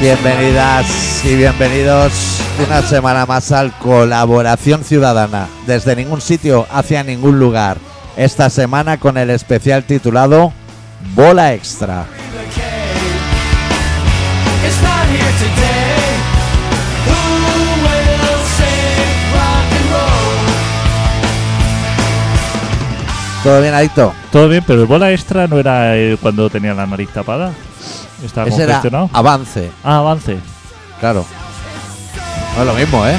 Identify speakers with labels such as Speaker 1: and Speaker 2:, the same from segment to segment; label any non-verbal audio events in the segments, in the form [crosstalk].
Speaker 1: Bienvenidas y bienvenidos una semana más al Colaboración Ciudadana, desde ningún sitio hacia ningún lugar. Esta semana con el especial titulado Bola Extra.
Speaker 2: It's not here today. Who will save rock and roll?
Speaker 1: ¿Todo bien, Adicto?
Speaker 3: Todo bien, pero el bola extra no era eh, cuando tenía la nariz tapada. Estaba
Speaker 1: Ese era
Speaker 3: congestionado.
Speaker 1: avance,
Speaker 3: Ah, avance.
Speaker 1: claro. No es lo mismo, ¿eh?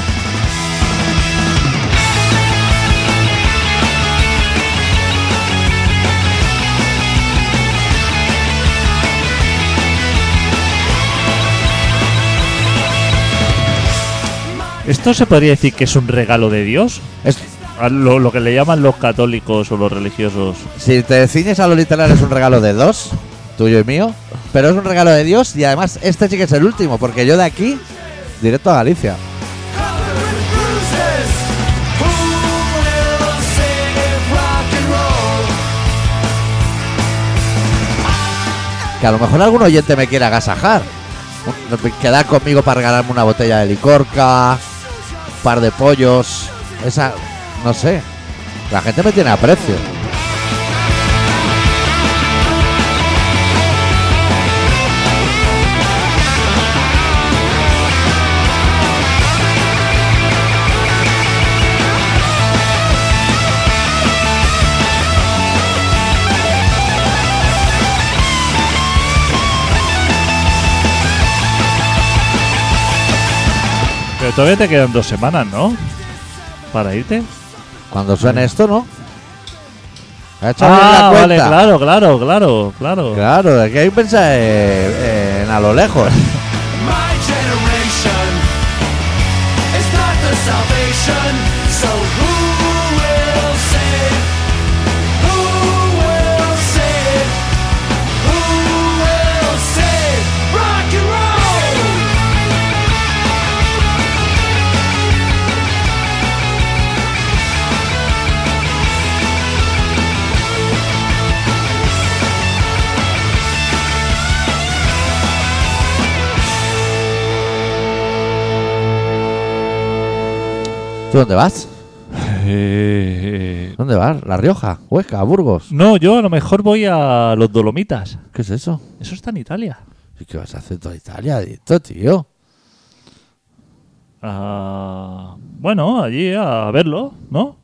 Speaker 3: ¿Esto se podría decir que es un regalo de Dios?
Speaker 1: Es-
Speaker 3: A Lo, lo que le llaman los católicos o los religiosos.
Speaker 1: si te ciñes a lo literal es un regalo de dos, tuyo y mío, pero es un regalo de Dios y además este sí que es el último, porque yo de aquí, directo a Galicia.
Speaker 2: Covered with bruises. Who will save rock and roll?
Speaker 1: Que a lo mejor algún oyente me quiera agasajar. Quedar conmigo para regalarme una botella de licorca, un par de pollos. Esa, no sé. La gente me tiene aprecio.
Speaker 3: Pero todavía te quedan dos semanas, ¿no? Para irte.
Speaker 1: Cuando suene esto, ¿no? ¿Ha hecho bien
Speaker 3: Ah,
Speaker 1: la
Speaker 3: vale,
Speaker 1: cuenta?
Speaker 3: claro, claro, claro, claro.
Speaker 1: Claro, es que hay que pensar eh, en a lo lejos.
Speaker 2: My generation is not the salvation. So who will save? Who will save? Who will save rock and roll?
Speaker 1: ¿Tú dónde vas?
Speaker 3: Eh, eh,
Speaker 1: ¿Dónde vas? ¿La Rioja? ¿Huesca? ¿Burgos?
Speaker 3: No, yo a lo mejor voy a los Dolomitas.
Speaker 1: ¿Qué es eso?
Speaker 3: Eso está en Italia.
Speaker 1: ¿Y qué vas a hacer toda Italia, Adicto, tío?
Speaker 3: Ah, bueno, allí a verlo, ¿no?
Speaker 1: O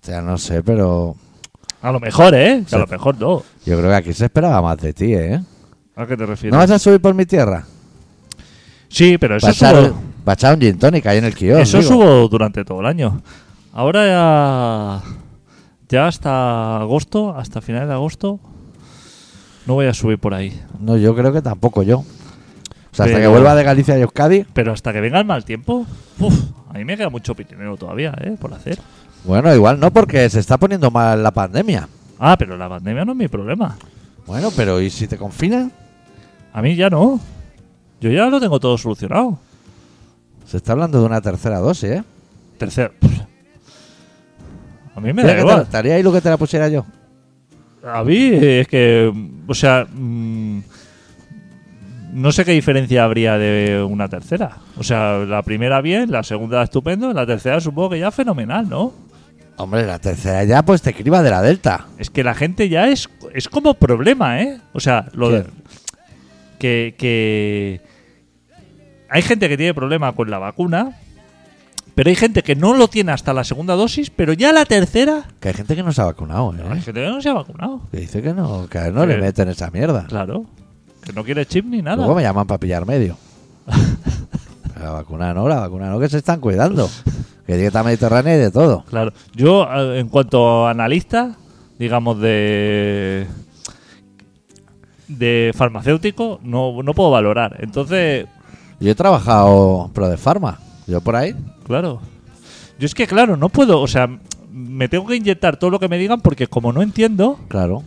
Speaker 1: sea, no sé, pero
Speaker 3: A lo mejor, ¿eh? Que
Speaker 1: Sí.
Speaker 3: A lo mejor no.
Speaker 1: yo creo que aquí se esperaba más de ti, ¿eh?
Speaker 3: ¿A qué te refieres?
Speaker 1: ¿No vas a subir por mi tierra?
Speaker 3: Sí, pero eso
Speaker 1: Pasar,
Speaker 3: estuvo-
Speaker 1: pasar un gin tonic ahí en el kiosco.
Speaker 3: Eso subo durante todo el año. Ahora ya, ya hasta agosto, hasta finales de agosto, no voy a subir por ahí.
Speaker 1: No, yo creo que tampoco yo. O sea, hasta
Speaker 3: Pero-
Speaker 1: que vuelva de Galicia y Euskadi.
Speaker 3: Pero hasta que venga el mal tiempo, uf, a mí me queda mucho pitinero todavía, ¿eh? Por hacer.
Speaker 1: Bueno, igual no, porque se está poniendo mal la pandemia.
Speaker 3: Ah, pero la pandemia no es mi problema.
Speaker 1: Bueno, pero ¿y si te confinan?
Speaker 3: A mí ya no. Yo ya lo tengo todo solucionado.
Speaker 1: Se está hablando de una tercera dosis, ¿eh?
Speaker 3: Tercero. A mí me
Speaker 1: Mira
Speaker 3: da
Speaker 1: que
Speaker 3: igual.
Speaker 1: te- estaría ahí lo que te la pusiera yo.
Speaker 3: A mí eh, es que, mm, o sea, mm, no sé qué diferencia habría de una tercera. O sea, la primera bien, la segunda estupendo, la tercera supongo que ya fenomenal, ¿no?
Speaker 1: Hombre, la tercera ya pues te criba de la Delta.
Speaker 3: Es que la gente ya es, es como problema, ¿eh? O sea, lo de-
Speaker 1: ¿Qué?
Speaker 3: que, que hay gente que tiene problema con la vacuna, pero hay gente que no lo tiene hasta la segunda dosis, pero ya la tercera,
Speaker 1: Que hay gente que no se ha vacunado,
Speaker 3: hay
Speaker 1: ¿eh?
Speaker 3: gente que Eh, no se ha vacunado.
Speaker 1: Que dice que no, que no le
Speaker 3: Sí.
Speaker 1: meten esa mierda.
Speaker 3: Claro, que no quiere chip ni nada.
Speaker 1: Luego me llaman para pillar
Speaker 3: [laughs]
Speaker 1: medio. la vacuna no, la vacuna no, que se están cuidando. Que dieta mediterránea y de todo.
Speaker 3: Claro. Yo, eh, en cuanto a analista, digamos, de. de farmacéutico, no, no puedo valorar. Entonces,
Speaker 1: Yo he trabajado pro de farma. Yo por ahí.
Speaker 3: claro. Yo es que, claro, no puedo. O sea, me tengo que inyectar todo lo que me digan porque, como no entiendo,
Speaker 1: Claro.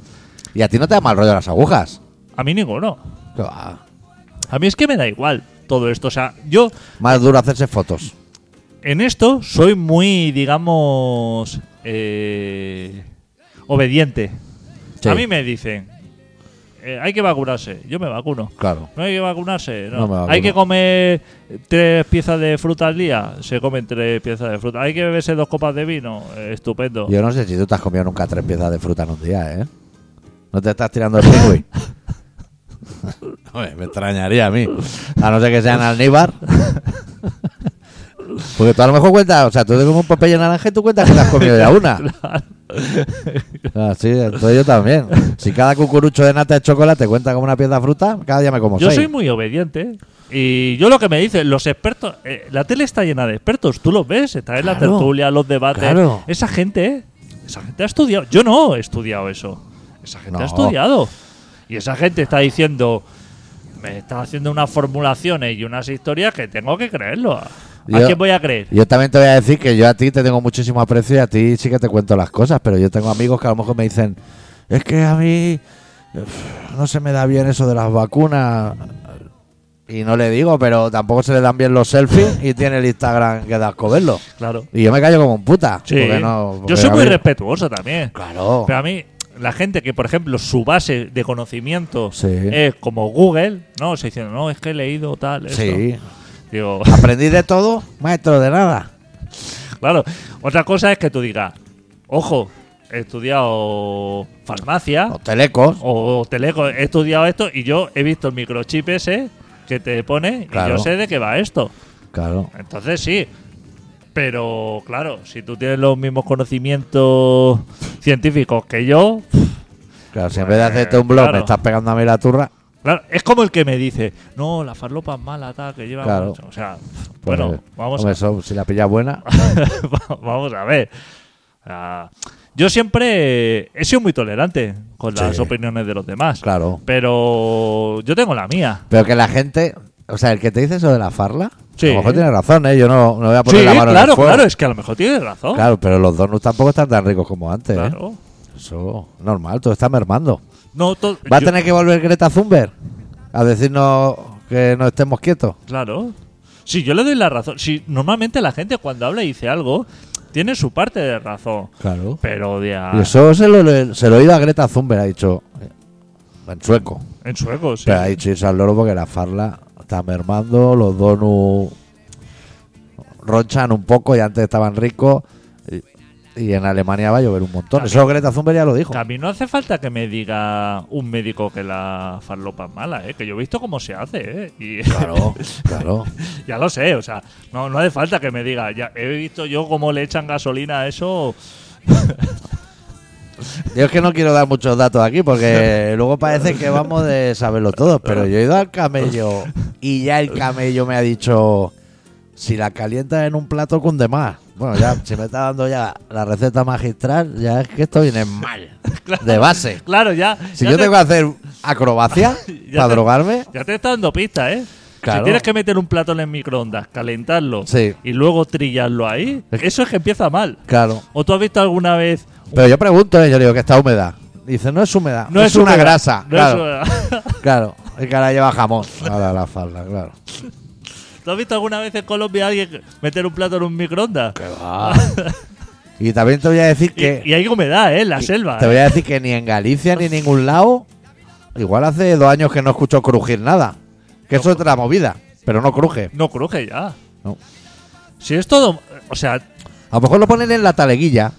Speaker 1: Y a ti no te da mal rollo las agujas.
Speaker 3: a mí ninguno.
Speaker 1: Que va.
Speaker 3: A mí es que me da igual todo esto. O sea, yo
Speaker 1: Más duro hacerse fotos.
Speaker 3: en esto soy muy, digamos, eh, obediente.
Speaker 1: Sí.
Speaker 3: A mí me dicen, eh, hay que vacunarse. Yo me vacuno.
Speaker 1: Claro.
Speaker 3: No hay que vacunarse. No.
Speaker 1: No me vacuno.
Speaker 3: hay que comer tres piezas de fruta al día. Se comen tres piezas de fruta. Hay que beberse dos copas de vino. eh, estupendo.
Speaker 1: Yo no sé si tú te has comido nunca tres piezas de fruta en un día, ¿eh? No te estás tirando el pingüí. [laughs] Hombre, me extrañaría a mí. A no ser que sean alníbar. Porque tú a lo mejor cuentas, o sea, tú te comes un papel de naranja y tú cuentas que te has comido ya una. Ah, sí, entonces yo también. Si cada cucurucho de nata de chocolate cuenta como una pieza de fruta, cada día me como
Speaker 3: Yo
Speaker 1: seis.
Speaker 3: soy muy obediente. ¿eh? Y yo lo que me dicen, los expertos. eh, la tele está llena de expertos. Tú los ves. Está en la
Speaker 1: Claro.
Speaker 3: tertulia, los debates.
Speaker 1: Claro.
Speaker 3: Esa gente, eh, Esa gente ha estudiado. Yo no he estudiado eso. Esa gente
Speaker 1: No.
Speaker 3: ha estudiado. Y esa gente está diciendo. Me está haciendo unas formulaciones y unas historias que tengo que creerlo. ¿A
Speaker 1: Yo-
Speaker 3: quién voy a creer?
Speaker 1: Yo también te voy a decir que yo a ti te tengo muchísimo aprecio y a ti sí que te cuento las cosas, pero yo tengo amigos que a lo mejor me dicen, es que a mí uf, no se me da bien eso de las vacunas. Y no le digo, pero tampoco se le dan bien los selfies y tiene el Instagram que da asco verlo.
Speaker 3: Claro.
Speaker 1: Y yo me callo como un puta.
Speaker 3: Sí.
Speaker 1: porque no- porque
Speaker 3: yo soy
Speaker 1: a
Speaker 3: muy
Speaker 1: mí-
Speaker 3: respetuoso también.
Speaker 1: Claro.
Speaker 3: Pero a mí, la gente que, por ejemplo, su base de conocimiento
Speaker 1: Sí.
Speaker 3: es como Google, ¿no? Se diciendo, no, es que he leído tal. esto".
Speaker 1: Sí.
Speaker 3: Digo, [laughs]
Speaker 1: Aprendí de todo, maestro de nada.
Speaker 3: claro. Otra cosa es que tú digas, ojo, he estudiado farmacia
Speaker 1: Los telecos.
Speaker 3: o teleco, he estudiado esto y yo he visto el microchip ese que te pone
Speaker 1: Claro.
Speaker 3: y yo sé de qué va esto.
Speaker 1: Claro.
Speaker 3: Entonces sí. Pero claro, si tú tienes los mismos conocimientos científicos que yo,
Speaker 1: Claro, si en vez de hacerte un blog
Speaker 3: Claro.
Speaker 1: me estás pegando a mí la turra,
Speaker 3: Claro, es como el que me dice, no, la farlopa es mala, tal, que lleva
Speaker 1: Claro.
Speaker 3: mucho". O sea,
Speaker 1: pues,
Speaker 3: bueno, vamos
Speaker 1: hombre,
Speaker 3: a,
Speaker 1: eso, si la pillas buena,
Speaker 3: va- [laughs] vamos a ver. Ah, yo siempre he sido muy tolerante con las
Speaker 1: Sí.
Speaker 3: opiniones de los demás.
Speaker 1: claro.
Speaker 3: Pero yo tengo la mía.
Speaker 1: Pero que la gente, o sea, el que te dice eso de la farla,
Speaker 3: Sí.
Speaker 1: a lo mejor tiene razón, ¿eh? Yo no, no voy a poner
Speaker 3: sí,
Speaker 1: la mano en
Speaker 3: claro,
Speaker 1: el fuego.
Speaker 3: claro, es que a lo mejor tienes razón.
Speaker 1: Claro, pero los donuts tampoco están tan ricos como antes, ¿eh?
Speaker 3: Claro.
Speaker 1: Eso, normal, todo está mermando.
Speaker 3: No, to-
Speaker 1: ¿Va a
Speaker 3: yo-
Speaker 1: tener que volver Greta Thunberg a decirnos que no estemos quietos?
Speaker 3: Claro. Sí, yo le doy la razón. Sí, normalmente la gente cuando habla y dice algo, tiene su parte de razón.
Speaker 1: Claro.
Speaker 3: Pero de a-
Speaker 1: Y eso se lo, se lo he oído a Greta Thunberg, ha dicho, en sueco.
Speaker 3: en sueco, sí.
Speaker 1: Pero ha dicho irse al loro porque la farla está mermando, los donuts ronchan un poco y antes estaban ricos. Y, y en Alemania va a llover un montón. Eso Greta Thunberg ya lo dijo.
Speaker 3: Que a mí no hace falta que me diga un médico que la farlopa es mala, ¿eh? que yo he visto cómo se hace. ¿eh? Y
Speaker 1: Claro, claro.
Speaker 3: [laughs] ya lo sé, o sea, no, no hace falta que me diga. Ya he visto yo cómo le echan gasolina a eso.
Speaker 1: Yo es que no quiero dar muchos datos aquí porque luego parece que vamos de saberlo todos. Pero yo he ido al camello y ya el camello me ha dicho: si la calientas en un plato, cunde más. Bueno, ya, si me está dando ya la receta magistral, ya es que esto viene mal. De base.
Speaker 3: [laughs] Claro, ya.
Speaker 1: Si
Speaker 3: ya
Speaker 1: yo
Speaker 3: te,
Speaker 1: tengo que hacer acrobacia
Speaker 3: [laughs] Ya
Speaker 1: para
Speaker 3: te-
Speaker 1: drogarme,
Speaker 3: ya te está dando pistas, ¿eh?
Speaker 1: Claro.
Speaker 3: Si tienes que meter un plato en el microondas, calentarlo
Speaker 1: Sí.
Speaker 3: y luego trillarlo ahí,
Speaker 1: Es que-
Speaker 3: eso es que empieza mal.
Speaker 1: claro.
Speaker 3: ¿O tú has visto alguna vez.?
Speaker 1: Pero yo pregunto, ¿eh? yo le digo que está húmeda. Dice, no es húmeda, no es, una
Speaker 3: humedad,
Speaker 1: grasa.
Speaker 3: no es
Speaker 1: claro,
Speaker 3: humedad.
Speaker 1: [laughs] claro. El que ahora lleva jamón. Ahora la falda, claro.
Speaker 3: [laughs] ¿Tú has visto alguna vez en Colombia a alguien meter un plato en un microondas?
Speaker 1: [laughs] Y también te voy a decir
Speaker 3: Y,
Speaker 1: que.
Speaker 3: y hay humedad, ¿eh? En la selva.
Speaker 1: Te
Speaker 3: ¿eh?
Speaker 1: voy a decir que ni en Galicia ni en ningún lado. Igual hace dos años que no escucho crujir nada. Que eso es otra movida, pero no cruje.
Speaker 3: No cruje ya.
Speaker 1: No.
Speaker 3: Si es todo. O sea,
Speaker 1: A lo mejor lo ponen en la taleguilla,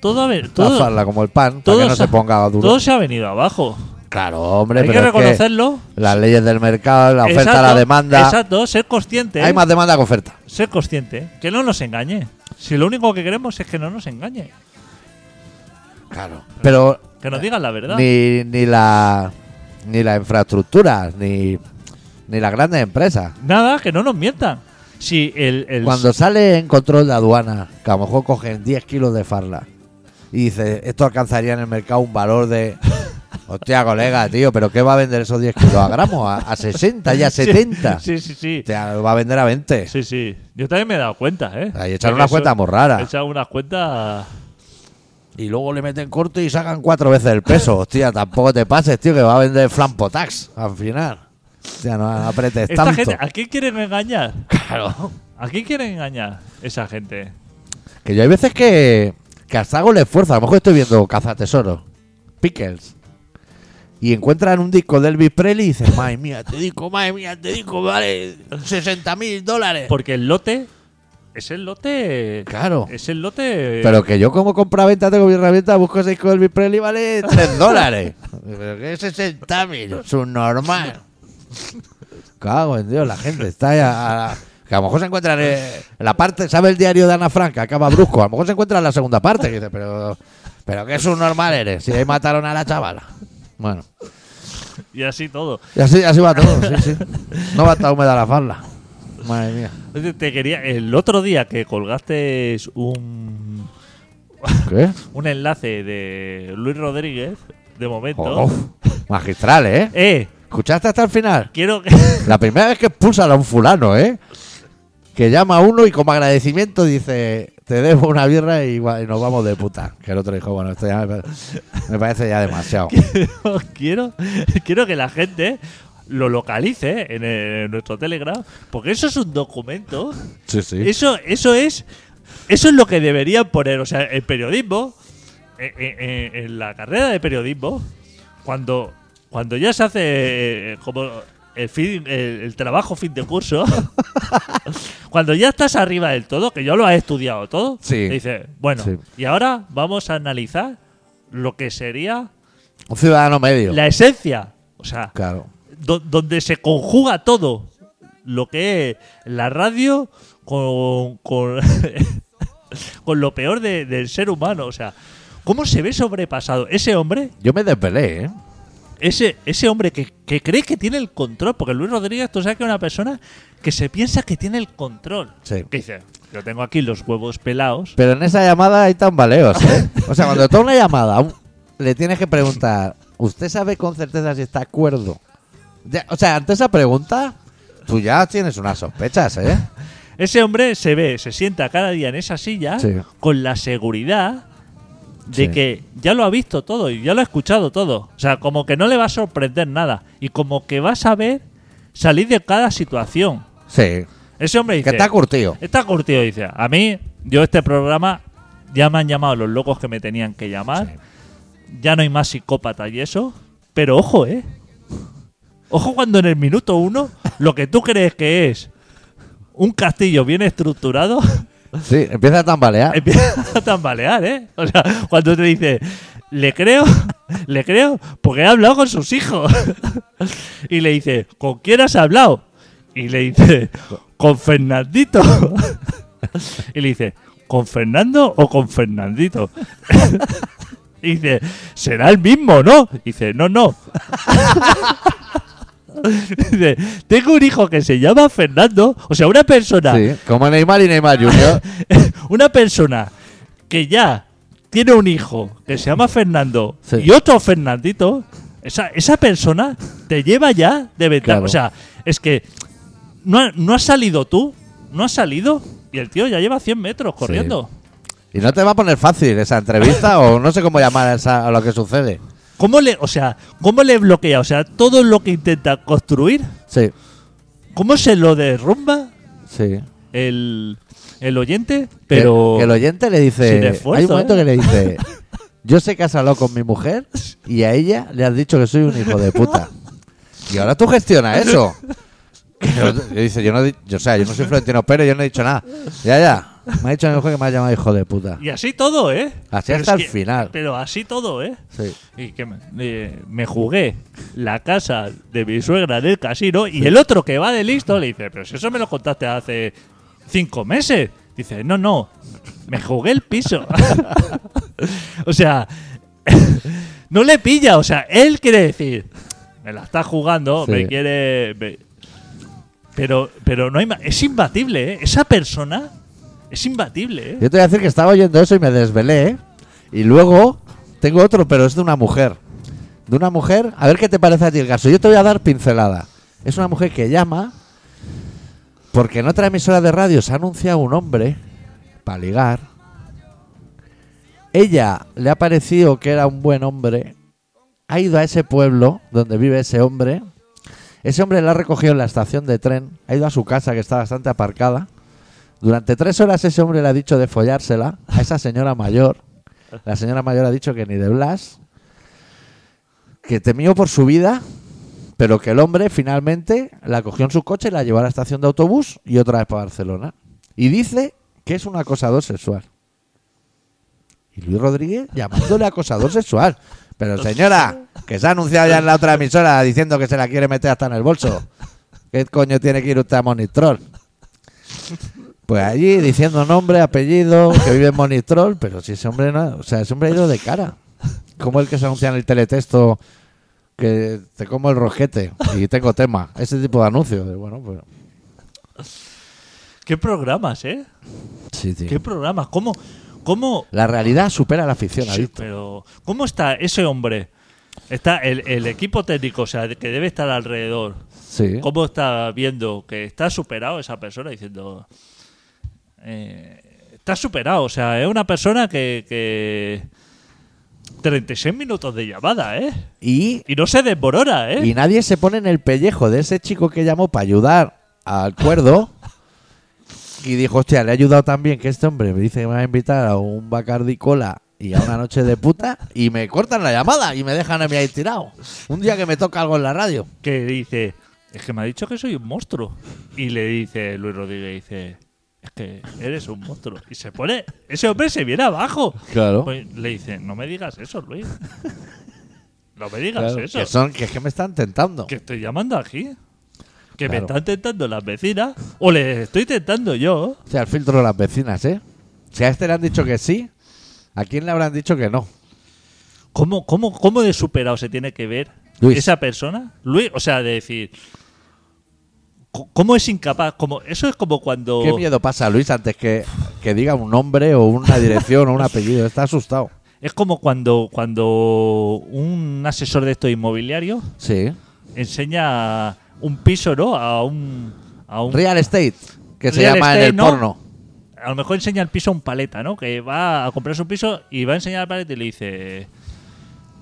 Speaker 3: todo, ha ve-
Speaker 1: la
Speaker 3: todo,
Speaker 1: falda, como el pan,
Speaker 3: todo
Speaker 1: para que no
Speaker 3: se-
Speaker 1: se ponga duro.
Speaker 3: todo se ha venido abajo.
Speaker 1: Claro, hombre,
Speaker 3: Hay
Speaker 1: pero
Speaker 3: que
Speaker 1: es que
Speaker 3: reconocerlo.
Speaker 1: las leyes del mercado, la oferta,
Speaker 3: Exacto,
Speaker 1: la demanda.
Speaker 3: Exacto, ¿eh? ser consciente.
Speaker 1: Hay más demanda que oferta.
Speaker 3: Ser consciente. Que no nos engañe. Si lo único que queremos es que no nos engañe.
Speaker 1: Claro. Pero
Speaker 3: Que nos digan la verdad.
Speaker 1: Eh, ni, ni la ni las infraestructuras, ni, ni las grandes empresas.
Speaker 3: Nada, que no nos mientan. Si el. el- [laughs]
Speaker 1: Cuando sale en control de aduana, que a lo mejor cogen 10 kilos de farla, y dice, esto alcanzaría en el mercado un valor
Speaker 3: [laughs]
Speaker 1: de... Hostia, colega, tío, pero ¿qué va a vender esos 10 kilos a gramos? A, a 60 y a 70.
Speaker 3: [laughs] Sí, sí, sí.
Speaker 1: Hostia, lo va a vender a 20.
Speaker 3: Sí, sí. Yo también me he dado cuenta, ¿eh?
Speaker 1: Ahí echan
Speaker 3: De que
Speaker 1: unas
Speaker 3: eso-
Speaker 1: cuentas muy raras.
Speaker 3: Echan unas cuentas.
Speaker 1: Y luego le meten corte y sacan cuatro veces el peso. Hostia, tampoco te pases, tío, que va a vender flampotax al final. Hostia, no apretes
Speaker 3: Esta
Speaker 1: tanto.
Speaker 3: gente, ¿a quién quieren engañar?
Speaker 1: Claro.
Speaker 3: ¿A quién quieren engañar esa gente?
Speaker 1: Que yo hay veces que, que hasta hago el esfuerzo. A lo mejor estoy viendo Cazatesoros, Pickles. y encuentran un disco de Elvis Presley y dicen, madre mía, este disco, madre mía, este disco vale 60 mil dólares.
Speaker 3: Porque el lote. Es el lote.
Speaker 1: Claro.
Speaker 3: Es el lote.
Speaker 1: Pero que yo como compra-venta tengo mi herramienta, busco ese disco de Elvis Presley y vale [laughs] 3 dólares. Pero que es 60 mil, subnormal. Cago en Dios, la gente está ya... a- que a lo mejor se encuentran eh, en la parte, ¿sabe el diario de Ana Frank? Que Acaba brusco. A lo mejor se encuentra en la segunda parte. que dice, pero, pero qué subnormal eres. Si ahí mataron a la chavala. Bueno.
Speaker 3: Y así todo.
Speaker 1: Y así, así va todo, sí, sí. [laughs] No va a humedad la falda. Madre mía.
Speaker 3: Te te quería. El otro día que colgaste un.
Speaker 1: [laughs] ¿Qué?
Speaker 3: Un enlace de Luis Rodríguez, de momento.
Speaker 1: Oh, Uf, magistral, ¿eh?
Speaker 3: Eh,
Speaker 1: ¿Escuchaste hasta el final?
Speaker 3: quiero que. [laughs]
Speaker 1: La primera vez que expulsan a un fulano, ¿eh? Que llama a uno y como agradecimiento dice, te debo una birra y, gua- y nos vamos de puta. Que el otro dijo, bueno, esto ya me, pa- me parece ya demasiado.
Speaker 3: quiero, quiero que la gente lo localice en, el- en nuestro Telegram, porque eso es un documento.
Speaker 1: Sí, sí.
Speaker 3: Eso, eso es. Eso es lo que deberían poner. O sea, el periodismo. eh, eh, eh, En, la carrera de periodismo. Cuando. Cuando ya se hace eh, como el, fin- el- el trabajo fin de curso. [laughs] cuando ya estás arriba del todo, que ya lo has estudiado todo.
Speaker 1: Sí.
Speaker 3: te dice, bueno,
Speaker 1: Sí.
Speaker 3: y ahora vamos a analizar lo que sería
Speaker 1: Un ciudadano medio.
Speaker 3: la esencia. O sea,
Speaker 1: Claro.
Speaker 3: do- donde se conjuga todo. Lo que es la radio con, con, [laughs] con lo peor de- del ser humano. O sea, ¿cómo se ve sobrepasado? Ese hombre,
Speaker 1: Yo me desvelé, ¿eh?
Speaker 3: ese, ese hombre que, que cree que tiene el control, porque Luis Rodríguez, tú sabes que es una persona que se piensa que tiene el control.
Speaker 1: Sí.
Speaker 3: Que dice, yo tengo aquí los huevos pelados.
Speaker 1: Pero en esa llamada hay tambaleos, ¿eh? O sea, cuando toma una llamada, a un- le tienes que preguntar, ¿usted sabe con certeza si está de acuerdo? Ya, o sea, ante esa pregunta, tú ya tienes unas sospechas, ¿eh?
Speaker 3: Ese hombre se ve, se sienta cada día en esa silla
Speaker 1: Sí.
Speaker 3: con la seguridad de
Speaker 1: Sí.
Speaker 3: que ya lo ha visto todo y ya lo ha escuchado todo. O sea, como que no le va a sorprender nada y como que va a saber salir de cada situación.
Speaker 1: Sí.
Speaker 3: Ese hombre
Speaker 1: Que
Speaker 3: dice,
Speaker 1: está curtido.
Speaker 3: está curtido, dice, a mí, yo este programa ya me han llamado los locos que me tenían que llamar, ya no hay más psicópata y eso, pero ojo, ¿eh? Ojo cuando en el minuto uno lo que tú crees que es un castillo bien estructurado
Speaker 1: Sí, empieza a tambalear.
Speaker 3: empieza [laughs] a tambalear, ¿eh? O sea, cuando te dice, le creo, [laughs] le creo, porque he hablado con sus hijos. [laughs] Y le dice, ¿con quién has hablado? Y le dice, con Fernandito. [laughs] Y le dice, ¿con Fernando o con Fernandito? [laughs] Y dice, será el mismo, ¿no? Y dice, no, no. [laughs] Dice, tengo un hijo que se llama Fernando, o sea, una persona
Speaker 1: Sí, como Neymar y Neymar Junior.
Speaker 3: [laughs] una persona que ya tiene un hijo que se llama Fernando
Speaker 1: Sí.
Speaker 3: y otro Fernandito, esa, esa persona te lleva ya de ventaja.
Speaker 1: Claro.
Speaker 3: O sea, es que no, ha- no has salido tú, no has salido y el tío ya lleva 100 metros corriendo.
Speaker 1: Y no te va a poner fácil esa entrevista o no sé cómo llamar a, esa- a lo que sucede.
Speaker 3: ¿Cómo le, o sea, ¿Cómo le bloquea? O sea, todo lo que intenta construir,
Speaker 1: Sí,
Speaker 3: ¿cómo se lo derrumba
Speaker 1: sí.
Speaker 3: el, el oyente? Pero.
Speaker 1: Que, que el oyente le
Speaker 3: Sin
Speaker 1: dice.
Speaker 3: esfuerzo,
Speaker 1: hay un momento
Speaker 3: ¿eh?
Speaker 1: que le
Speaker 3: [laughs]
Speaker 1: dice. Yo sé que has hablado con mi mujer y a ella le has dicho que soy un hijo de puta. Y ahora tú gestionas eso. Que yo, yo dice, yo no, di- yo, o sea, yo no soy Florentino Pérez, yo no he dicho nada. Ya, ya. Me ha dicho mi mujer que me ha llamado hijo de puta.
Speaker 3: Y así todo, ¿eh?
Speaker 1: Así
Speaker 3: Pero
Speaker 1: hasta
Speaker 3: es
Speaker 1: el final.
Speaker 3: Pero así todo, ¿eh?
Speaker 1: Sí.
Speaker 3: Y que me, eh, me jugué la casa de mi suegra en el casino y el otro que va de listo le dice, pero si eso me lo contaste hace cinco meses. Dice, no, no, me jugué el piso. [laughs] o sea, [laughs] no le pilla, o sea, él quiere decir, me la está jugando,
Speaker 1: Sí.
Speaker 3: me quiere... me- Pero, pero no hay ma- es imbatible, ¿eh? Esa persona es imbatible, ¿eh?
Speaker 1: Yo te voy a decir que estaba oyendo eso y me desvelé. ¿eh? Y luego tengo otro, pero es de una mujer. De una mujer, a ver qué te parece a ti el caso. Yo te voy a dar pincelada. Es una mujer que llama porque en otra emisora de radio se ha anunciado un hombre para ligar. Ella le ha parecido que era un buen hombre. Ha ido a ese pueblo donde vive ese hombre. Ese hombre la ha recogido en la estación de tren. Ha ido a su casa que está bastante aparcada. Durante tres horas ese hombre le ha dicho de follársela a esa señora mayor. La señora mayor ha dicho que ni de Blas. que temió por su vida, pero que el hombre finalmente la cogió en su coche y la llevó a la estación de autobús y otra vez para Barcelona. Y dice que es un acosador sexual. Y Luis Rodríguez llamándole acosador sexual. Pero señora, que se ha anunciado ya en la otra emisora diciendo que se la quiere meter hasta en el bolso. ¿Qué coño tiene que ir usted a Monitrol? Pues allí diciendo nombre, apellido, que vive en Monitrol, pero si ese hombre no, o sea, ese hombre ha ido de cara. Como el que se anuncia en el teletexto que te como el rojete y tengo tema. Ese tipo de anuncios. De, Bueno, pues
Speaker 3: Qué programas, ¿eh?
Speaker 1: sí, tío.
Speaker 3: Qué programas. ¿Cómo, cómo
Speaker 1: La realidad supera la ficción,
Speaker 3: Sí,
Speaker 1: adicto.
Speaker 3: pero ¿cómo está ese hombre? Está el, el equipo técnico, o sea, que debe estar alrededor.
Speaker 1: Sí.
Speaker 3: ¿Cómo está viendo que está superado esa persona diciendo... eh, está superado, o sea, es una persona que... que 36 minutos de llamada, ¿eh?
Speaker 1: Y,
Speaker 3: Y no se desmorona, ¿eh?
Speaker 1: y nadie se pone en el pellejo de ese chico que llamó para ayudar al cuerdo. Y dijo, hostia, le ha ayudado también que este hombre me dice que me va a invitar a un Bacardi Cola y a una noche de puta. Y me cortan la llamada y me dejan a mí ahí tirado. Un día que me toca algo en la radio.
Speaker 3: que dice, es que me ha dicho que soy un monstruo. Y le dice Luis Rodríguez, dice, es que eres un monstruo. Y se pone, ese hombre se viene abajo.
Speaker 1: Claro.
Speaker 3: Pues le dice, no me digas
Speaker 1: [laughs]
Speaker 3: eso, Luis. No me digas
Speaker 1: Claro,
Speaker 3: eso.
Speaker 1: Que, son, que es que me están tentando.
Speaker 3: Que estoy llamando aquí. Que me
Speaker 1: Claro.
Speaker 3: están tentando las vecinas. O les estoy tentando yo.
Speaker 1: O sea, el filtro de las vecinas, ¿eh? Si a este le han dicho que sí, ¿a quién le habrán dicho que no?
Speaker 3: ¿Cómo, cómo, cómo de superado se tiene que ver
Speaker 1: Luis.
Speaker 3: esa persona? Luis, o sea, de decir... co- ¿Cómo es incapaz? Como, eso es como cuando...
Speaker 1: ¿Qué miedo pasa, Luis, antes que, que diga un nombre o una dirección o un apellido? Está asustado.
Speaker 3: Es como cuando, cuando un asesor de estos inmobiliarios
Speaker 1: Sí.
Speaker 3: enseña un piso, ¿no? A un. A, un-
Speaker 1: Real Estate, que se
Speaker 3: Real
Speaker 1: llama en
Speaker 3: estate,
Speaker 1: el
Speaker 3: ¿no?
Speaker 1: porno.
Speaker 3: a lo mejor enseña el piso a un paleta, ¿no? Que va a comprar su piso y va a enseñar al paleta y le dice.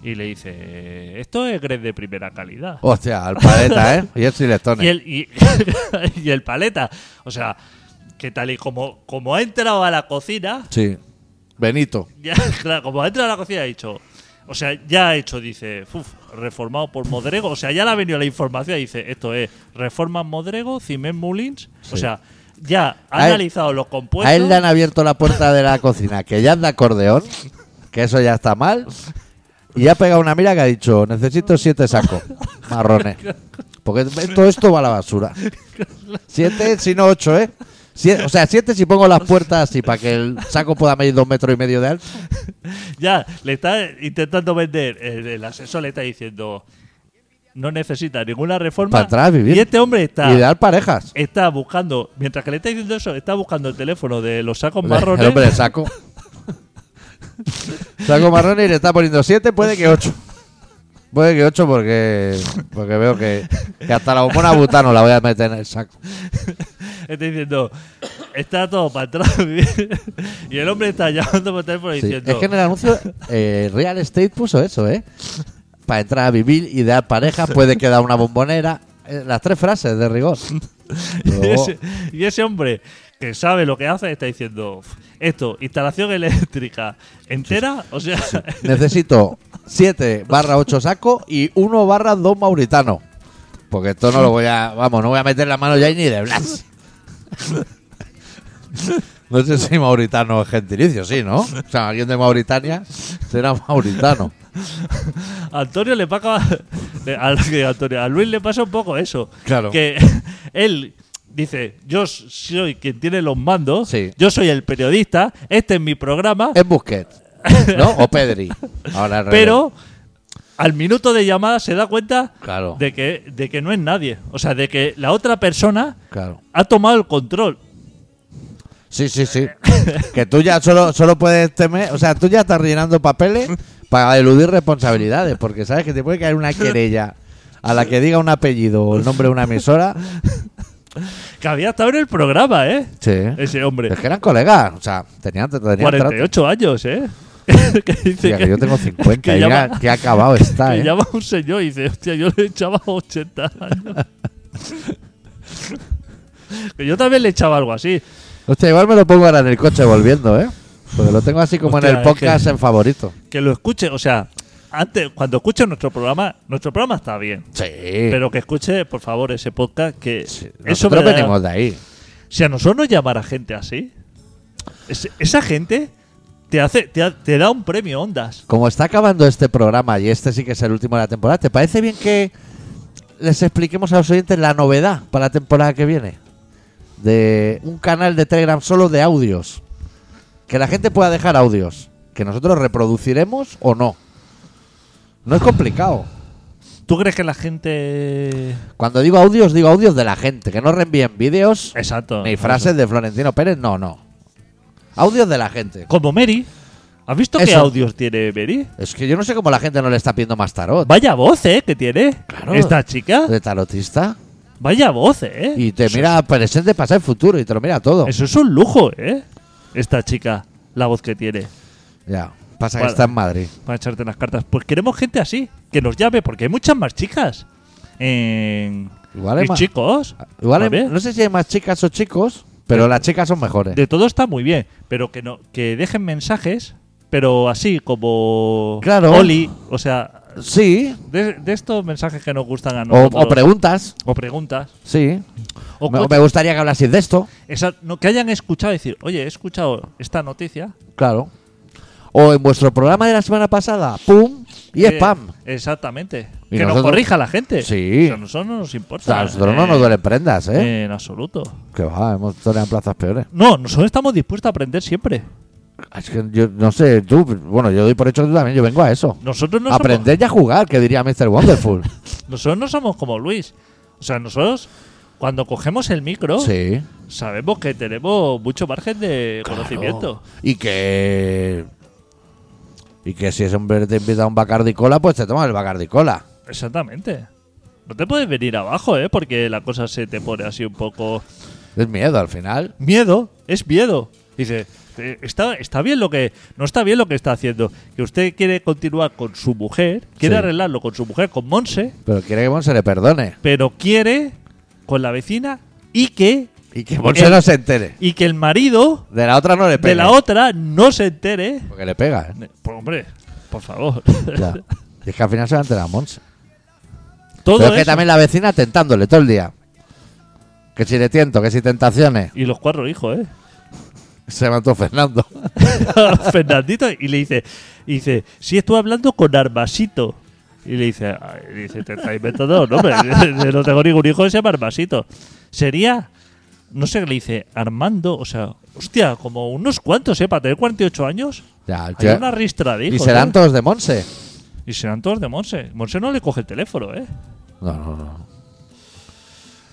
Speaker 3: Y le dice. Esto es Gres de primera calidad.
Speaker 1: Hostia, al paleta,
Speaker 3: [laughs]
Speaker 1: ¿eh? Y el
Speaker 3: Y
Speaker 1: Silestone.
Speaker 3: el, y, [laughs] y el paleta. O sea, que tal y como, como ha entrado a la cocina.
Speaker 1: Sí. Benito.
Speaker 3: Ya, [laughs] claro, como entra a la cocina ha dicho. O sea, ya ha hecho, dice, "Uf, reformado por Modrego. O sea, ya le ha venido la información y dice, esto es reforma Modrego, Cimén Mulins. O
Speaker 1: Sí.
Speaker 3: sea, ya ha
Speaker 1: A él-
Speaker 3: analizado los
Speaker 1: A él le han
Speaker 3: compuestos.
Speaker 1: abierto la puerta de la cocina, que ya es de acordeón, que eso ya está mal. Y ha pegado una mira que ha dicho, necesito siete sacos marrones. Porque todo esto va a la basura. Siete, si no ocho, ¿eh? Sie- o sea, siete si pongo las puertas así para que el saco pueda medir dos metros y medio de alto.
Speaker 3: [laughs] Ya le está intentando vender. El, el asesor le está diciendo, no necesita ninguna reforma.
Speaker 1: Para atrás vivir.
Speaker 3: Y este hombre está,
Speaker 1: Ideal parejas.
Speaker 3: está buscando, mientras que le está diciendo eso, está buscando el teléfono de los sacos
Speaker 1: El
Speaker 3: marrones.
Speaker 1: hombre de saco. Saco marrones y le está poniendo siete, puede que ocho. Puede que ocho porque, porque veo que, que hasta la bombona butano la voy a meter en el saco.
Speaker 3: [laughs] Está diciendo, está todo para atrás. [laughs] y el hombre está llamando por teléfono
Speaker 1: Sí,
Speaker 3: diciendo,
Speaker 1: Es que en el anuncio eh, Real Estate puso eso, ¿eh? Para entrar a vivir, ideal pareja, puede quedar una bombonera. Eh, Las tres frases de rigor.
Speaker 3: [laughs] [laughs] y,
Speaker 1: Luego,
Speaker 3: ese, y ese hombre que sabe lo que hace está diciendo, esto, instalación eléctrica entera, o sea, [laughs]
Speaker 1: necesito 7 barra 8 saco y 1 barra 2 mauritano. Porque esto no lo voy a. Vamos, no voy a meter la mano ya ni de Blas. No sé si mauritano es gentilicio, sí, ¿no? O sea, alguien de Mauritania será mauritano.
Speaker 3: a Antonio [laughs] le pasa, a, a Antonio, a Luis le pasa un poco eso.
Speaker 1: Claro.
Speaker 3: Que [laughs] él dice, yo soy quien tiene los mandos,
Speaker 1: Sí.
Speaker 3: yo soy el periodista, este es mi programa,
Speaker 1: Es Busquets, ¿no? O Pedri. Ahora al revés.
Speaker 3: pero al minuto de llamada se da cuenta
Speaker 1: Claro.
Speaker 3: de, que, de que no es nadie. O sea, de que la otra persona
Speaker 1: Claro.
Speaker 3: ha tomado el control.
Speaker 1: Sí, sí, sí. [laughs] que tú ya solo, solo puedes temer. O sea, tú ya estás rellenando papeles para eludir responsabilidades. Porque sabes que te puede caer una querella a la que diga un apellido o el nombre de una emisora.
Speaker 3: Que había estado en el programa, ¿eh?
Speaker 1: Sí.
Speaker 3: Ese hombre.
Speaker 1: Es que eran colegas. O sea, tenían, tenían trato.
Speaker 3: 48 años, ¿eh? [laughs] que dice
Speaker 1: Hostia, que yo tengo 50.
Speaker 3: [laughs] que
Speaker 1: y mira
Speaker 3: llama-
Speaker 1: qué acabado está,
Speaker 3: que
Speaker 1: ¿eh?
Speaker 3: llama un señor y dice, hostia, yo le echaba 80
Speaker 1: [laughs]
Speaker 3: años. que yo también le echaba algo así.
Speaker 1: Hostia, igual me lo pongo ahora en el coche volviendo, ¿eh? Porque lo tengo así como
Speaker 3: Hostia,
Speaker 1: en
Speaker 3: es
Speaker 1: el
Speaker 3: que-
Speaker 1: podcast en favorito.
Speaker 3: Que lo escuche, o sea, antes, cuando escuche nuestro programa, nuestro programa está bien.
Speaker 1: Sí.
Speaker 3: Pero que escuche, por favor, ese podcast que
Speaker 1: Sí,
Speaker 3: eso
Speaker 1: Nosotros
Speaker 3: me da-
Speaker 1: venimos de ahí.
Speaker 3: Si a nosotros nos llamara gente así, es- esa gente te hace, te, ha- te da un premio ondas.
Speaker 1: Como está acabando este programa y este sí que es el último de la temporada, ¿te parece bien que les expliquemos a los oyentes la novedad para la temporada que viene? De un canal de Telegram solo de audios. Que la gente pueda dejar audios. Que nosotros reproduciremos o no. No es complicado.
Speaker 3: ¿Tú crees que la gente.
Speaker 1: Cuando digo audios, digo audios de la gente. Que no reenvíen vídeos
Speaker 3: Exacto.
Speaker 1: ni frases de Florentino Pérez. No, no. Audios de la gente.
Speaker 3: Como Mary. ¿Has visto qué
Speaker 1: Eso.
Speaker 3: audios tiene Mary?
Speaker 1: Es que yo no sé cómo la gente no le está pidiendo más tarot.
Speaker 3: Vaya voz, ¿eh? Que tiene
Speaker 1: Claro.
Speaker 3: esta chica.
Speaker 1: De tarotista.
Speaker 3: Vaya voz, ¿eh?
Speaker 1: Y te mira presente, pasado y futuro y te lo mira todo.
Speaker 3: Eso es un lujo, ¿eh? Esta chica, la voz que tiene.
Speaker 1: Ya. Pasa
Speaker 3: Vale.
Speaker 1: que está en Madrid.
Speaker 3: para echarte las cartas. Pues queremos gente así, que nos llame, porque hay muchas más chicas. En...
Speaker 1: Igual hay
Speaker 3: y
Speaker 1: ma-
Speaker 3: chicos.
Speaker 1: Igual hay-
Speaker 3: ¿vale?
Speaker 1: no sé si hay más chicas o chicos, pero las chicas son mejores.
Speaker 3: De todo está muy bien, pero que no que dejen mensajes, pero así como
Speaker 1: Claro.
Speaker 3: Oli, o sea,
Speaker 1: Sí.
Speaker 3: de, de estos mensajes que nos gustan a
Speaker 1: O,
Speaker 3: nosotros.
Speaker 1: o preguntas.
Speaker 3: o preguntas.
Speaker 1: Sí.
Speaker 3: O
Speaker 1: me,
Speaker 3: cu-
Speaker 1: me gustaría que hablases de esto.
Speaker 3: esa- no, que hayan escuchado decir, oye, he escuchado esta noticia.
Speaker 1: Claro. O en vuestro programa de la semana pasada. ¡Pum! Y
Speaker 3: Eh,
Speaker 1: spam.
Speaker 3: Exactamente.
Speaker 1: Y
Speaker 3: que nos
Speaker 1: nosotros-
Speaker 3: corrija la gente.
Speaker 1: Sí.
Speaker 3: O sea, a nosotros no nos
Speaker 1: O
Speaker 3: importa.
Speaker 1: sea, a nosotros no
Speaker 3: eh,
Speaker 1: nos duelen prendas, ¿eh?
Speaker 3: En absoluto.
Speaker 1: Que va, hemos toreado en plazas peores.
Speaker 3: No, nosotros estamos dispuestos a aprender siempre.
Speaker 1: Es que yo no sé, tú, bueno, yo doy por hecho que tú también, yo vengo a eso.
Speaker 3: Nosotros no,
Speaker 1: Aprender y a jugar, que diría Mr. [laughs] Wonderful.
Speaker 3: Somos, nosotros no somos como Luis. O sea, nosotros cuando cogemos el micro
Speaker 1: sí.
Speaker 3: sabemos que tenemos mucho margen de
Speaker 1: Claro.
Speaker 3: conocimiento.
Speaker 1: Y que. Y que si ese hombre te invita a un Bacardi Cola, pues te tomas el Bacardi Cola.
Speaker 3: Exactamente. No te puedes venir abajo, ¿eh? Porque la cosa se te pone así un poco...
Speaker 1: Es miedo al final.
Speaker 3: Miedo, es miedo. Dice, eh, está, está bien lo que... No está bien lo que está haciendo. Que usted quiere continuar con su mujer, quiere
Speaker 1: Sí.
Speaker 3: arreglarlo con su mujer, con Monse,
Speaker 1: Pero quiere que Mon se le perdone.
Speaker 3: pero quiere con la vecina y que...
Speaker 1: Y que Monse no se entere.
Speaker 3: Y que el marido
Speaker 1: De la otra no le pega.
Speaker 3: de la otra no se entere.
Speaker 1: Porque le pega, ¿eh?
Speaker 3: Pues hombre, por favor. [laughs]
Speaker 1: Ya. Y es que al final se va a enterar Monse.
Speaker 3: Todo
Speaker 1: Pero es que
Speaker 3: eso.
Speaker 1: también la vecina tentándole todo el día. Que si le tiento, que si tentaciones.
Speaker 3: Y los cuatro hijos, ¿eh?
Speaker 1: Se mató
Speaker 3: [laughs]
Speaker 1: Fernando.
Speaker 3: Fernandito y le dice, y dice, si estoy hablando con Armasito. Y le dice, "Ay", y dice, te estás inventando, no, hombre, [laughs] no tengo ningún hijo que se llama Armasito. Sería, no sé, le dice, Armando, o sea, hostia, como unos cuantos, ¿eh? Para tener 48 años,
Speaker 1: Ya, el
Speaker 3: hay
Speaker 1: tío-
Speaker 3: una ristra de
Speaker 1: y
Speaker 3: hijos.
Speaker 1: serán
Speaker 3: ¿eh?
Speaker 1: todos de Monse.
Speaker 3: y serán todos de Monse. Monse no le coge el teléfono, ¿eh?
Speaker 1: No, no, no.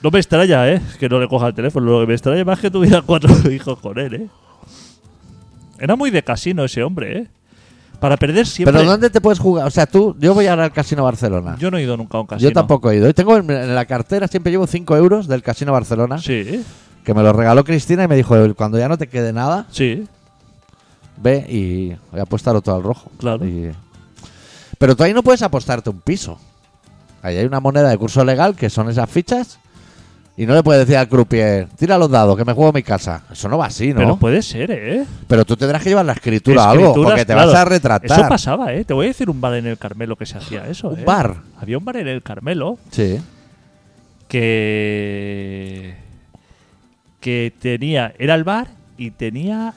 Speaker 3: No me extraña, ¿eh? Que no le coja el teléfono. Lo que me extraña más es que tuviera cuatro [laughs] hijos con él, ¿eh? Era muy de casino ese hombre, ¿eh? Para perder siempre.
Speaker 1: Pero ¿dónde te puedes jugar? O sea, tú, yo voy ahora al Casino Barcelona.
Speaker 3: Yo no he ido nunca a un casino.
Speaker 1: Ah. Yo tampoco he ido. Hoy tengo en, en la cartera, siempre llevo 5 euros del Casino Barcelona,
Speaker 3: Sí,
Speaker 1: que me lo regaló Cristina y me dijo, cuando ya no te quede nada,
Speaker 3: sí.
Speaker 1: ve y voy a apostarlo todo al rojo.
Speaker 3: Claro.
Speaker 1: Y- Pero tú ahí no puedes apostarte un piso. Ahí hay una moneda de curso legal, que son esas fichas, y no le puedes decir al croupier, tira los dados, que me juego mi casa. Eso no va así, ¿no?
Speaker 3: Pero puede ser, ¿eh?
Speaker 1: Pero tú tendrás que llevar la escritura o algo,
Speaker 3: Escrituras,
Speaker 1: porque te
Speaker 3: claro.
Speaker 1: vas a retratar.
Speaker 3: Eso pasaba, ¿eh? Te voy a decir un bar en el Carmelo que se hacía eso,
Speaker 1: Un
Speaker 3: ¿eh?
Speaker 1: bar.
Speaker 3: Había un bar en el Carmelo
Speaker 1: Sí.
Speaker 3: que. que tenía. Era el bar y tenía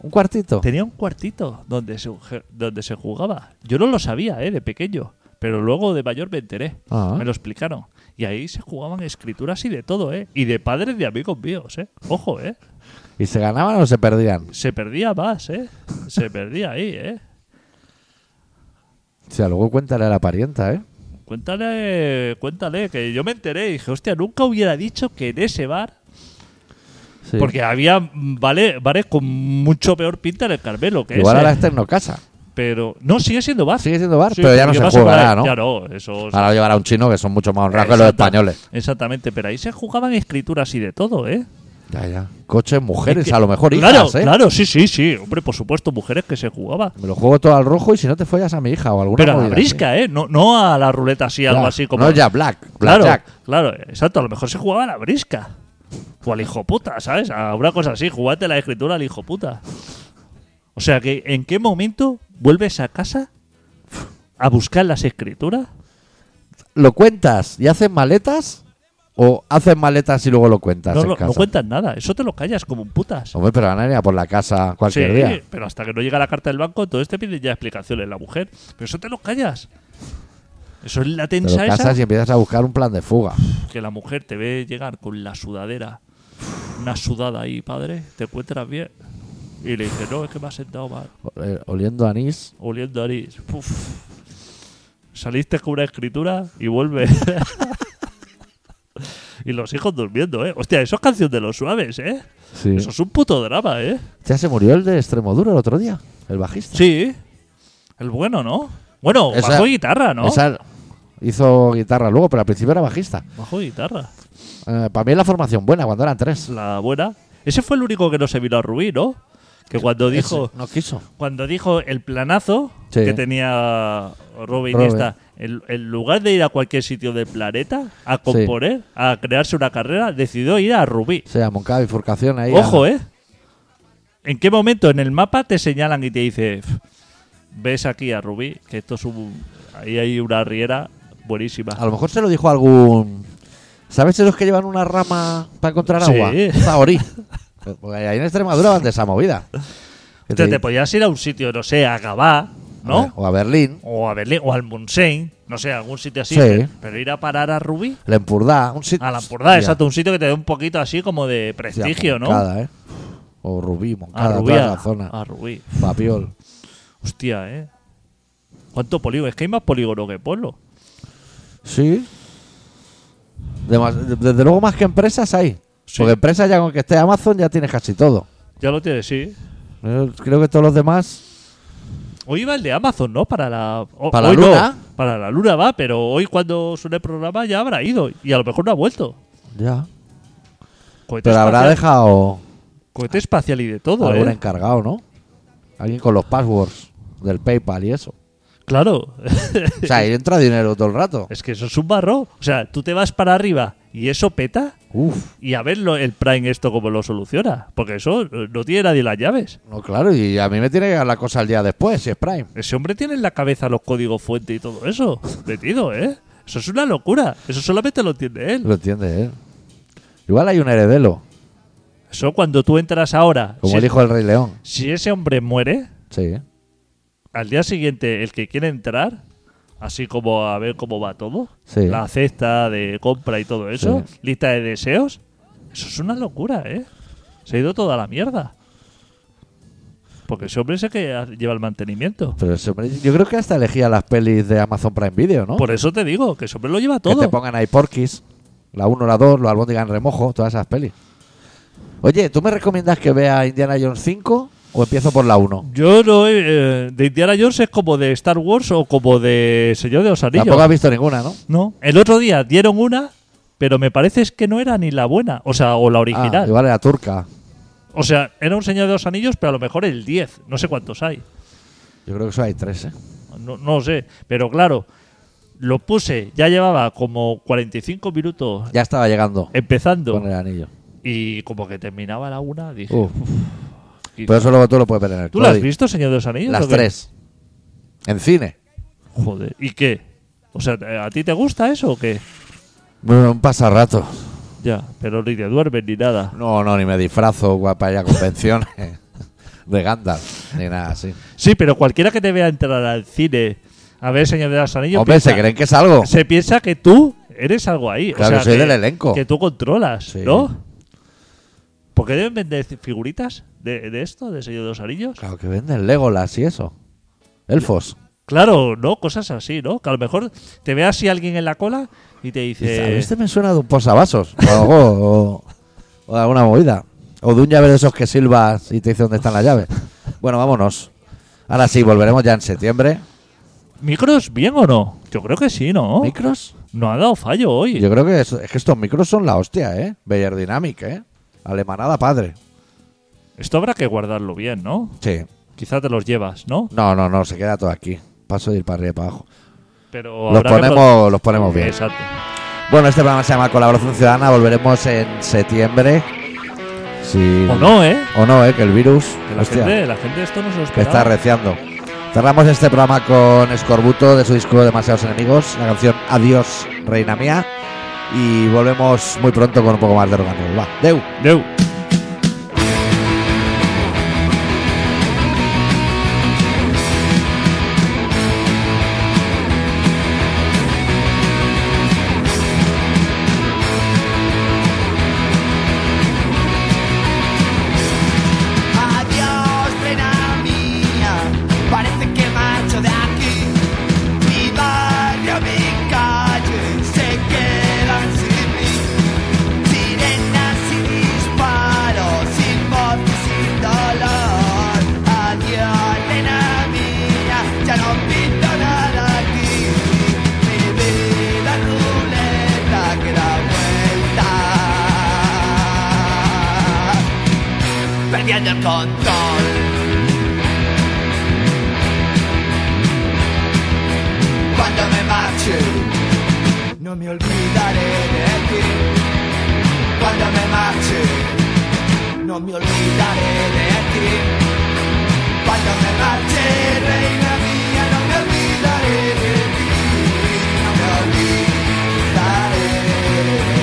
Speaker 1: Un cuartito.
Speaker 3: Tenía un cuartito donde se, donde se jugaba. Yo no lo sabía, ¿eh? De pequeño. Pero luego de mayor me enteré.
Speaker 1: Ah.
Speaker 3: Me lo explicaron. Y ahí se jugaban escrituras y de todo, ¿eh? Y de padres de amigos míos, ¿eh? Ojo, ¿eh?
Speaker 1: ¿Y se ganaban o se perdían?
Speaker 3: Se perdía más, ¿eh? Se perdía ahí, ¿eh?
Speaker 1: O sea, luego cuéntale a la parienta, ¿eh?
Speaker 3: Cuéntale, cuéntale, que yo me enteré y dije, hostia, nunca hubiera dicho que en ese bar...
Speaker 1: Sí.
Speaker 3: Porque había mm, vale, bares con mucho peor pinta en el Carmelo que
Speaker 1: Igual
Speaker 3: ese.
Speaker 1: ahora está en no casa.
Speaker 3: Pero no, sigue siendo bar.
Speaker 1: Sigue siendo bar,
Speaker 3: Sí,
Speaker 1: pero ya no
Speaker 3: porque
Speaker 1: se
Speaker 3: vas a
Speaker 1: jugará,
Speaker 3: jugar-
Speaker 1: ¿no?
Speaker 3: Ya no, eso...
Speaker 1: Ahora lo llevará un chino que son mucho más honrados que los
Speaker 3: Exacta-
Speaker 1: españoles.
Speaker 3: Exactamente, pero ahí se jugaban escrituras y de todo, ¿eh?
Speaker 1: Ya, ya. Coches, mujeres,
Speaker 3: Es que-
Speaker 1: a lo mejor hijas,
Speaker 3: Claro,
Speaker 1: ¿eh?
Speaker 3: claro, sí, sí, sí. Hombre, por supuesto, mujeres que se jugaba.
Speaker 1: Me lo juego todo al rojo y si no te follas a mi hija o alguna
Speaker 3: Pero a la
Speaker 1: movida
Speaker 3: brisca, ¿eh? No, no a la ruleta
Speaker 1: así.
Speaker 3: así, algo
Speaker 1: Ya,
Speaker 3: así como.
Speaker 1: No, ya Black.
Speaker 3: claro,
Speaker 1: Blackjack.
Speaker 3: claro, exacto. A lo mejor se jugaba a la brisca. O al hijo puta, ¿sabes? A una cosa así, jugate la escritura al hijo puta. O sea que, ¿en qué momento vuelves a casa a buscar las escrituras?
Speaker 1: ¿Lo cuentas y hacen maletas? ¿O hacen maletas y luego lo cuentas
Speaker 3: No,
Speaker 1: en
Speaker 3: lo-
Speaker 1: casa?
Speaker 3: no cuentas nada, eso te lo callas como un putas.
Speaker 1: Hombre, pero van a ir a por la casa
Speaker 3: Sí,
Speaker 1: cualquier día.
Speaker 3: pero hasta que no llega la carta del banco, entonces te piden ya explicaciones la mujer. Pero eso te lo callas. Eso es la
Speaker 1: Te lo
Speaker 3: tensa esa
Speaker 1: casas y empiezas a buscar un plan de fuga.
Speaker 3: que la mujer te ve llegar con la sudadera, una sudada ahí, padre, te encuentras bien. Y le dice, no, es que me has sentado mal,
Speaker 1: Eh, Oliendo a anís.
Speaker 3: oliendo a anís. Puf. Saliste con una escritura y vuelve. [laughs] y los hijos durmiendo, ¿eh? Hostia, eso es canción de los suaves, ¿eh?
Speaker 1: Sí.
Speaker 3: Eso es un puto drama, ¿eh?
Speaker 1: Ya se murió el de Extremoduro el otro día, el bajista.
Speaker 3: Sí. El bueno, ¿no? Bueno,
Speaker 1: Esa-
Speaker 3: bajo y guitarra, ¿no?
Speaker 1: Esa hizo guitarra luego, pero al principio era bajista.
Speaker 3: Bajo y guitarra.
Speaker 1: para mí es la formación buena, cuando eran tres.
Speaker 3: La buena. Ese fue el único que no se vino a Rubí, ¿no? Que cuando dijo...
Speaker 1: Ese no quiso.
Speaker 3: cuando dijo el planazo
Speaker 1: Sí.
Speaker 3: que tenía Robin,
Speaker 1: Robin.
Speaker 3: esta, en, en lugar de ir a cualquier sitio del planeta a componer, a crearse una carrera, decidió ir a Rubí.
Speaker 1: O sea, Moncada bifurcación ahí.
Speaker 3: Ojo,
Speaker 1: a-
Speaker 3: ¿eh? ¿En qué momento en el mapa te señalan y te dice, "F, ves aquí a Rubí, que esto es un... Ahí hay una riera buenísima.
Speaker 1: A lo mejor se lo dijo algún. ¿Sabes esos que llevan una rama para encontrar
Speaker 3: Sí.
Speaker 1: agua? [laughs] Zahorí. Porque ahí en Extremadura van de esa movida. Que
Speaker 3: Entonces,
Speaker 1: di-
Speaker 3: te podías ir a un sitio, no sé, a Gabá,
Speaker 1: a ver,
Speaker 3: ¿no?
Speaker 1: O a Berlín,
Speaker 3: O a Berlín, o al Munsein, no sé, algún sitio así.
Speaker 1: Sí.
Speaker 3: Pero, pero ir a parar a Rubí...
Speaker 1: Lempurdá, un sitio.
Speaker 3: A
Speaker 1: [laughs]
Speaker 3: la Purdá, exacto, un sitio que te dé un poquito así como de prestigio, ¿no? A
Speaker 1: ¿eh? O Rubí, Moncada,
Speaker 3: Rubí.
Speaker 1: toda
Speaker 3: A,
Speaker 1: la zona.
Speaker 3: a Rubí.
Speaker 1: Papiol.
Speaker 3: Hostia, ¿eh? ¿Cuánto polígono? Es que hay más polígono que pueblo.
Speaker 1: Sí. Demas- desde luego más que empresas hay.
Speaker 3: Sí.
Speaker 1: Porque empresas ya con que esté Amazon ya tienes casi todo.
Speaker 3: Ya lo tienes, sí.
Speaker 1: Eh, Creo que todos los demás.
Speaker 3: Hoy iba el de Amazon, ¿no? Para la, o-
Speaker 1: ¿Para la
Speaker 3: hoy no,
Speaker 1: luna?
Speaker 3: para la luna va, pero hoy cuando suene el programa ya habrá ido. Y a lo mejor no ha vuelto.
Speaker 1: Ya.
Speaker 3: Cohete
Speaker 1: Pero habrá
Speaker 3: espacial-
Speaker 1: dejado
Speaker 3: Cohete espacial y de todo,
Speaker 1: algún
Speaker 3: ¿eh?
Speaker 1: encargado, ¿no? Alguien con los passwords del PayPal y eso.
Speaker 3: Claro. [laughs]
Speaker 1: O sea, ahí entra dinero todo el rato.
Speaker 3: es que eso es un barro. O sea, tú te vas para arriba y eso peta.
Speaker 1: Uf.
Speaker 3: Y a ver lo- el Prime esto cómo lo soluciona. Porque eso eh, no tiene nadie las llaves.
Speaker 1: No, claro, y a mí me tiene que dar la cosa al día después, si es Prime.
Speaker 3: Ese hombre tiene en la cabeza los códigos fuente y todo eso. Metido, ¿eh? Eso es una locura. Eso solamente lo entiende él.
Speaker 1: Lo entiende, ¿eh? Igual hay un heredero,
Speaker 3: Eso cuando tú entras ahora.
Speaker 1: como
Speaker 3: si,
Speaker 1: el hijo del Rey León.
Speaker 3: si ese hombre muere,
Speaker 1: Sí, ¿eh?
Speaker 3: al día siguiente el que quiere entrar, así como a ver cómo va todo,
Speaker 1: Sí.
Speaker 3: la cesta de compra y todo eso,
Speaker 1: Sí.
Speaker 3: lista de deseos, eso es una locura, ¿eh? Se ha ido toda la mierda. Porque ese hombre es el que ha- lleva el mantenimiento.
Speaker 1: Pero ese hombre- yo creo que hasta elegía las pelis de Amazon Prime Video, ¿no?
Speaker 3: Por eso te digo, que ese hombre lo lleva todo.
Speaker 1: Que te pongan ahí porquis, la 1, la 2, los albóndigas en remojo, todas esas pelis. Oye, ¿tú me recomiendas que vea Indiana Jones 5 o empiezo por la 1?
Speaker 3: Yo no he- eh, de Indiana Jones es como de Star Wars o como de Señor de los Anillos.
Speaker 1: Tampoco has visto ninguna, ¿no?
Speaker 3: No, el otro día dieron una, pero me parece es que no era ni la buena, o sea, o la
Speaker 1: Ah,
Speaker 3: original.
Speaker 1: igual era turca.
Speaker 3: o sea, era un Señor de los Anillos, pero a lo mejor el 10, no sé cuántos hay.
Speaker 1: Yo creo que eso hay tres, ¿eh?
Speaker 3: No, no sé, pero claro, lo puse, ya llevaba como 45 minutos
Speaker 1: Ya estaba llegando
Speaker 3: empezando
Speaker 1: con el anillo.
Speaker 3: y como que terminaba la una, dije,
Speaker 1: Uf.
Speaker 3: y-
Speaker 1: Pero eso luego tú lo puedes ver en el
Speaker 3: ¿tú la has
Speaker 1: Claudi.
Speaker 3: visto, Señor de los Anillos?
Speaker 1: Las
Speaker 3: o qué?
Speaker 1: tres. En cine.
Speaker 3: Joder, ¿y qué? O sea, ¿a ti te gusta eso o qué?
Speaker 1: Bueno, un pasarrato.
Speaker 3: Ya, pero ni te duermes ni nada.
Speaker 1: No, no, ni me disfrazo guapa para ir a convenciones [laughs] de Gandalf, ni nada así.
Speaker 3: Sí, pero cualquiera que te vea entrar al cine a ver Señor de los Anillos
Speaker 1: Hombre,
Speaker 3: piensa,
Speaker 1: se creen que es algo.
Speaker 3: se piensa que tú eres algo ahí.
Speaker 1: Claro,
Speaker 3: o sea,
Speaker 1: soy
Speaker 3: que-
Speaker 1: del elenco.
Speaker 3: Que tú controlas,
Speaker 1: Sí.
Speaker 3: ¿no? ¿Por qué deben vender figuritas de, de esto, de Señor de los Anillos?
Speaker 1: Claro, que venden Legolas y eso. Elfos.
Speaker 3: Claro, ¿no? Cosas así, ¿no? Que a lo mejor te ve así alguien en la cola y te
Speaker 1: Dice, "A mí
Speaker 3: dice...
Speaker 1: Este me suena de un posavasos o, algo, o- o de alguna movida. O de un llave de esos que silbas y te dice dónde están las llaves. Bueno, vámonos. Ahora sí, volveremos ya en septiembre.
Speaker 3: ¿Micros bien o no? Yo creo que sí, ¿no?
Speaker 1: ¿Micros?
Speaker 3: No ha dado fallo hoy.
Speaker 1: Yo creo que, es, es que estos micros son la hostia, ¿eh? Beyer Dynamic, ¿eh? Alemanada padre.
Speaker 3: Esto habrá que guardarlo bien, ¿no?
Speaker 1: Sí.
Speaker 3: Quizá te los llevas, ¿no?
Speaker 1: No, no, no, se queda todo aquí. Paso de ir para arriba y para abajo.
Speaker 3: Pero
Speaker 1: Los
Speaker 3: Pues habrá que
Speaker 1: ponemos, los ponemos bien.
Speaker 3: Exacto.
Speaker 1: Bueno, este programa se llama Colaboración Ciudadana. Volveremos en septiembre. Sí.
Speaker 3: O no, ¿eh?
Speaker 1: O no, ¿eh? Que el virus.
Speaker 3: Que la
Speaker 1: hostia,
Speaker 3: gente, la gente esto no se lo
Speaker 1: que está
Speaker 3: esperaba.
Speaker 1: arreciando. Cerramos este programa con Escorbuto de su disco Demasiados Enemigos, la canción Adiós, Reina Mía. Y volvemos muy pronto con un poco más de rock and roll. Va, deu.
Speaker 3: Deu.
Speaker 4: Adiós, reina mía, parece que marcho de aquí. Mi barrio, mi calle se quedan sin mí. Sirenas y disparos, sin voz y sin dolor. Adiós, reina mía, ya no pinto nada aquí. Mi vida ruleta que da vuelta perdiendo el control. Cuando me marche, no me olvidaré de ti. Cuando me marche, no me olvidaré de ti. Cuando me marche, reina mía, no me olvidaré de ti. No me olvidaré de ti.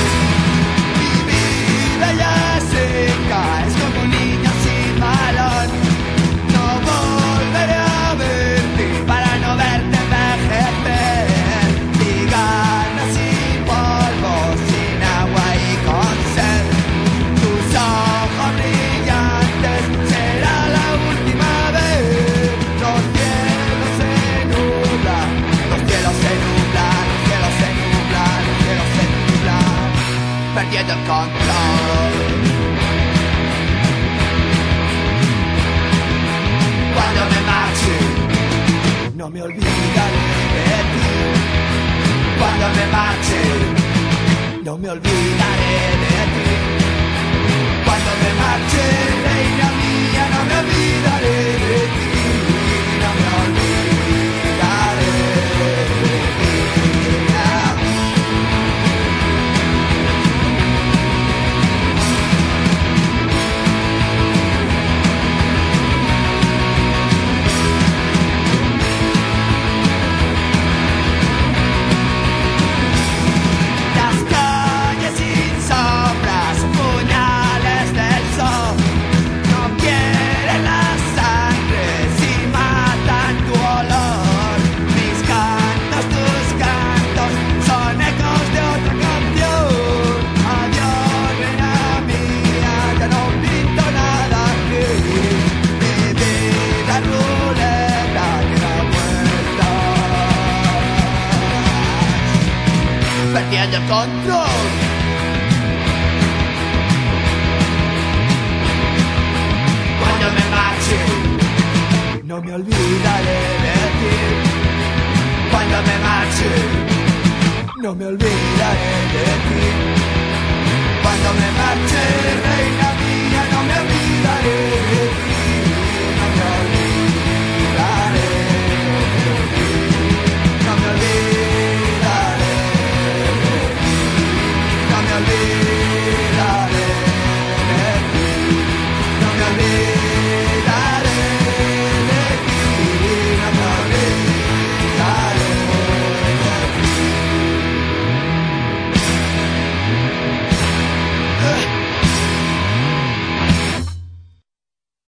Speaker 4: Mi vida ya seca, es como un niño sin balón. No volveré a verte para no verte envejecer. Mi gana sin polvo, sin agua y con sed. Tus ojos brillantes será la última vez. Los cielos se nublan, los cielos se nublan, los cielos se nublan, los cielos se nublan perdiendo el control. Cuando me marche, no me olvidaré de ti. Cuando me marche, no me olvidaré de ti. Cuando me marche, reina mía, no me olvidaré de ti. No me olvidaré de ti. Las calles sin sombras, puñales del sol, no quieren la sangre si matan tu olor. Mis cantos, tus cantos, son ecos de otra canción. Adiós, reina mía, ya no pinto nada aquí. Mi vida es ruleta que da vueltas perdiendo el control. Cuando me marche, no me olvidaré de ti. Cuando me marche, no me olvidaré de ti. Cuando me marche, reina mía, no me olvidaré de